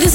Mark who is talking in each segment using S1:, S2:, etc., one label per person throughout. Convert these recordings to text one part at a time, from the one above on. S1: this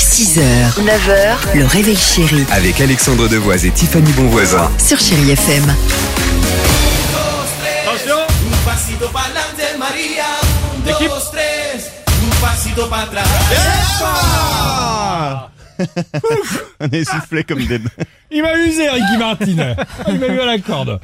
S2: 6h, 9h, le réveil chéri
S3: avec Alexandre Devoise et Tiffany Bonvoisin.
S2: sur Chérie FM.
S4: Un pasito para adelante, María. Un, dos, tres. Un pasito para atrás.
S5: On est soufflé comme des.
S6: Il m'a usé, Ricky Martin. Il m'a eu à la corde.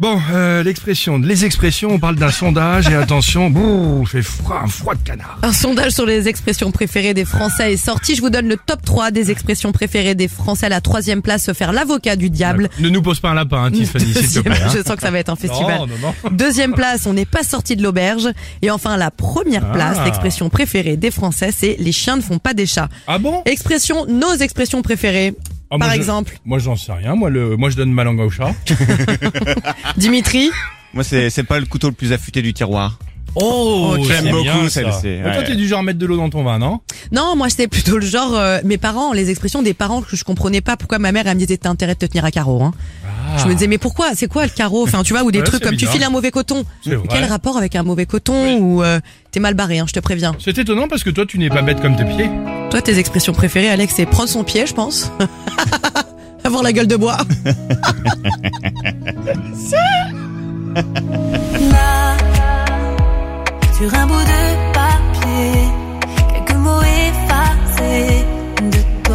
S7: Bon, euh, l'expression, les expressions, on parle d'un sondage et attention, brrr, fait froid, un froid de canard.
S8: Un sondage sur les expressions préférées des Français est sorti. Je vous donne le top 3 des expressions préférées des Français. À la troisième place, se faire l'avocat du diable.
S6: Ne nous pose pas un lapin, hein, Tiffany, s'il te
S8: Deuxième-
S6: plaît. hein.
S8: Je sens que ça va être un festival.
S6: Non, non, non.
S8: Deuxième place, on n'est pas sorti de l'auberge. Et enfin, la première place,
S6: Ah.
S8: l'expression préférée des Français, c'est les chiens ne font pas des chats.
S6: Ah bon
S8: Expression, nos expressions préférées.
S6: Ah, moi,
S8: Par
S6: je-
S8: exemple,
S6: Moi, j'en sais rien. Moi, le, moi, je donne ma langue au chat.
S8: Dimitri,
S5: Moi, c'est c'est pas le couteau le plus affûté du tiroir.
S6: Oh,
S5: j'aime
S6: c'est
S5: beaucoup
S6: bien,
S5: celle-ci,
S6: ça.
S5: ouais.
S6: Toi, t'es du genre à mettre de l'eau dans ton vin, non
S8: Non, moi c'était plutôt le genre euh, mes parents, les expressions des parents que je comprenais pas pourquoi ma mère elle me disait t'as intérêt de te tenir à carreau. Hein. Je me disais mais pourquoi C'est quoi le carreau Enfin tu vois ou des
S6: Ah. Ouais,
S8: trucs
S6: c'est
S8: comme
S6: bizarre.
S8: tu files un mauvais coton.
S6: C'est vrai.
S8: Quel rapport avec un mauvais coton ou euh, t'es mal barré hein, je te préviens.
S6: C'est étonnant parce que toi, tu n'es pas bête comme tes pieds.
S8: Toi tes expressions préférées Alex c'est prendre son pied je pense. Avoir la gueule de bois.
S9: Sur un bout de papier, quelques mots effacés de toi.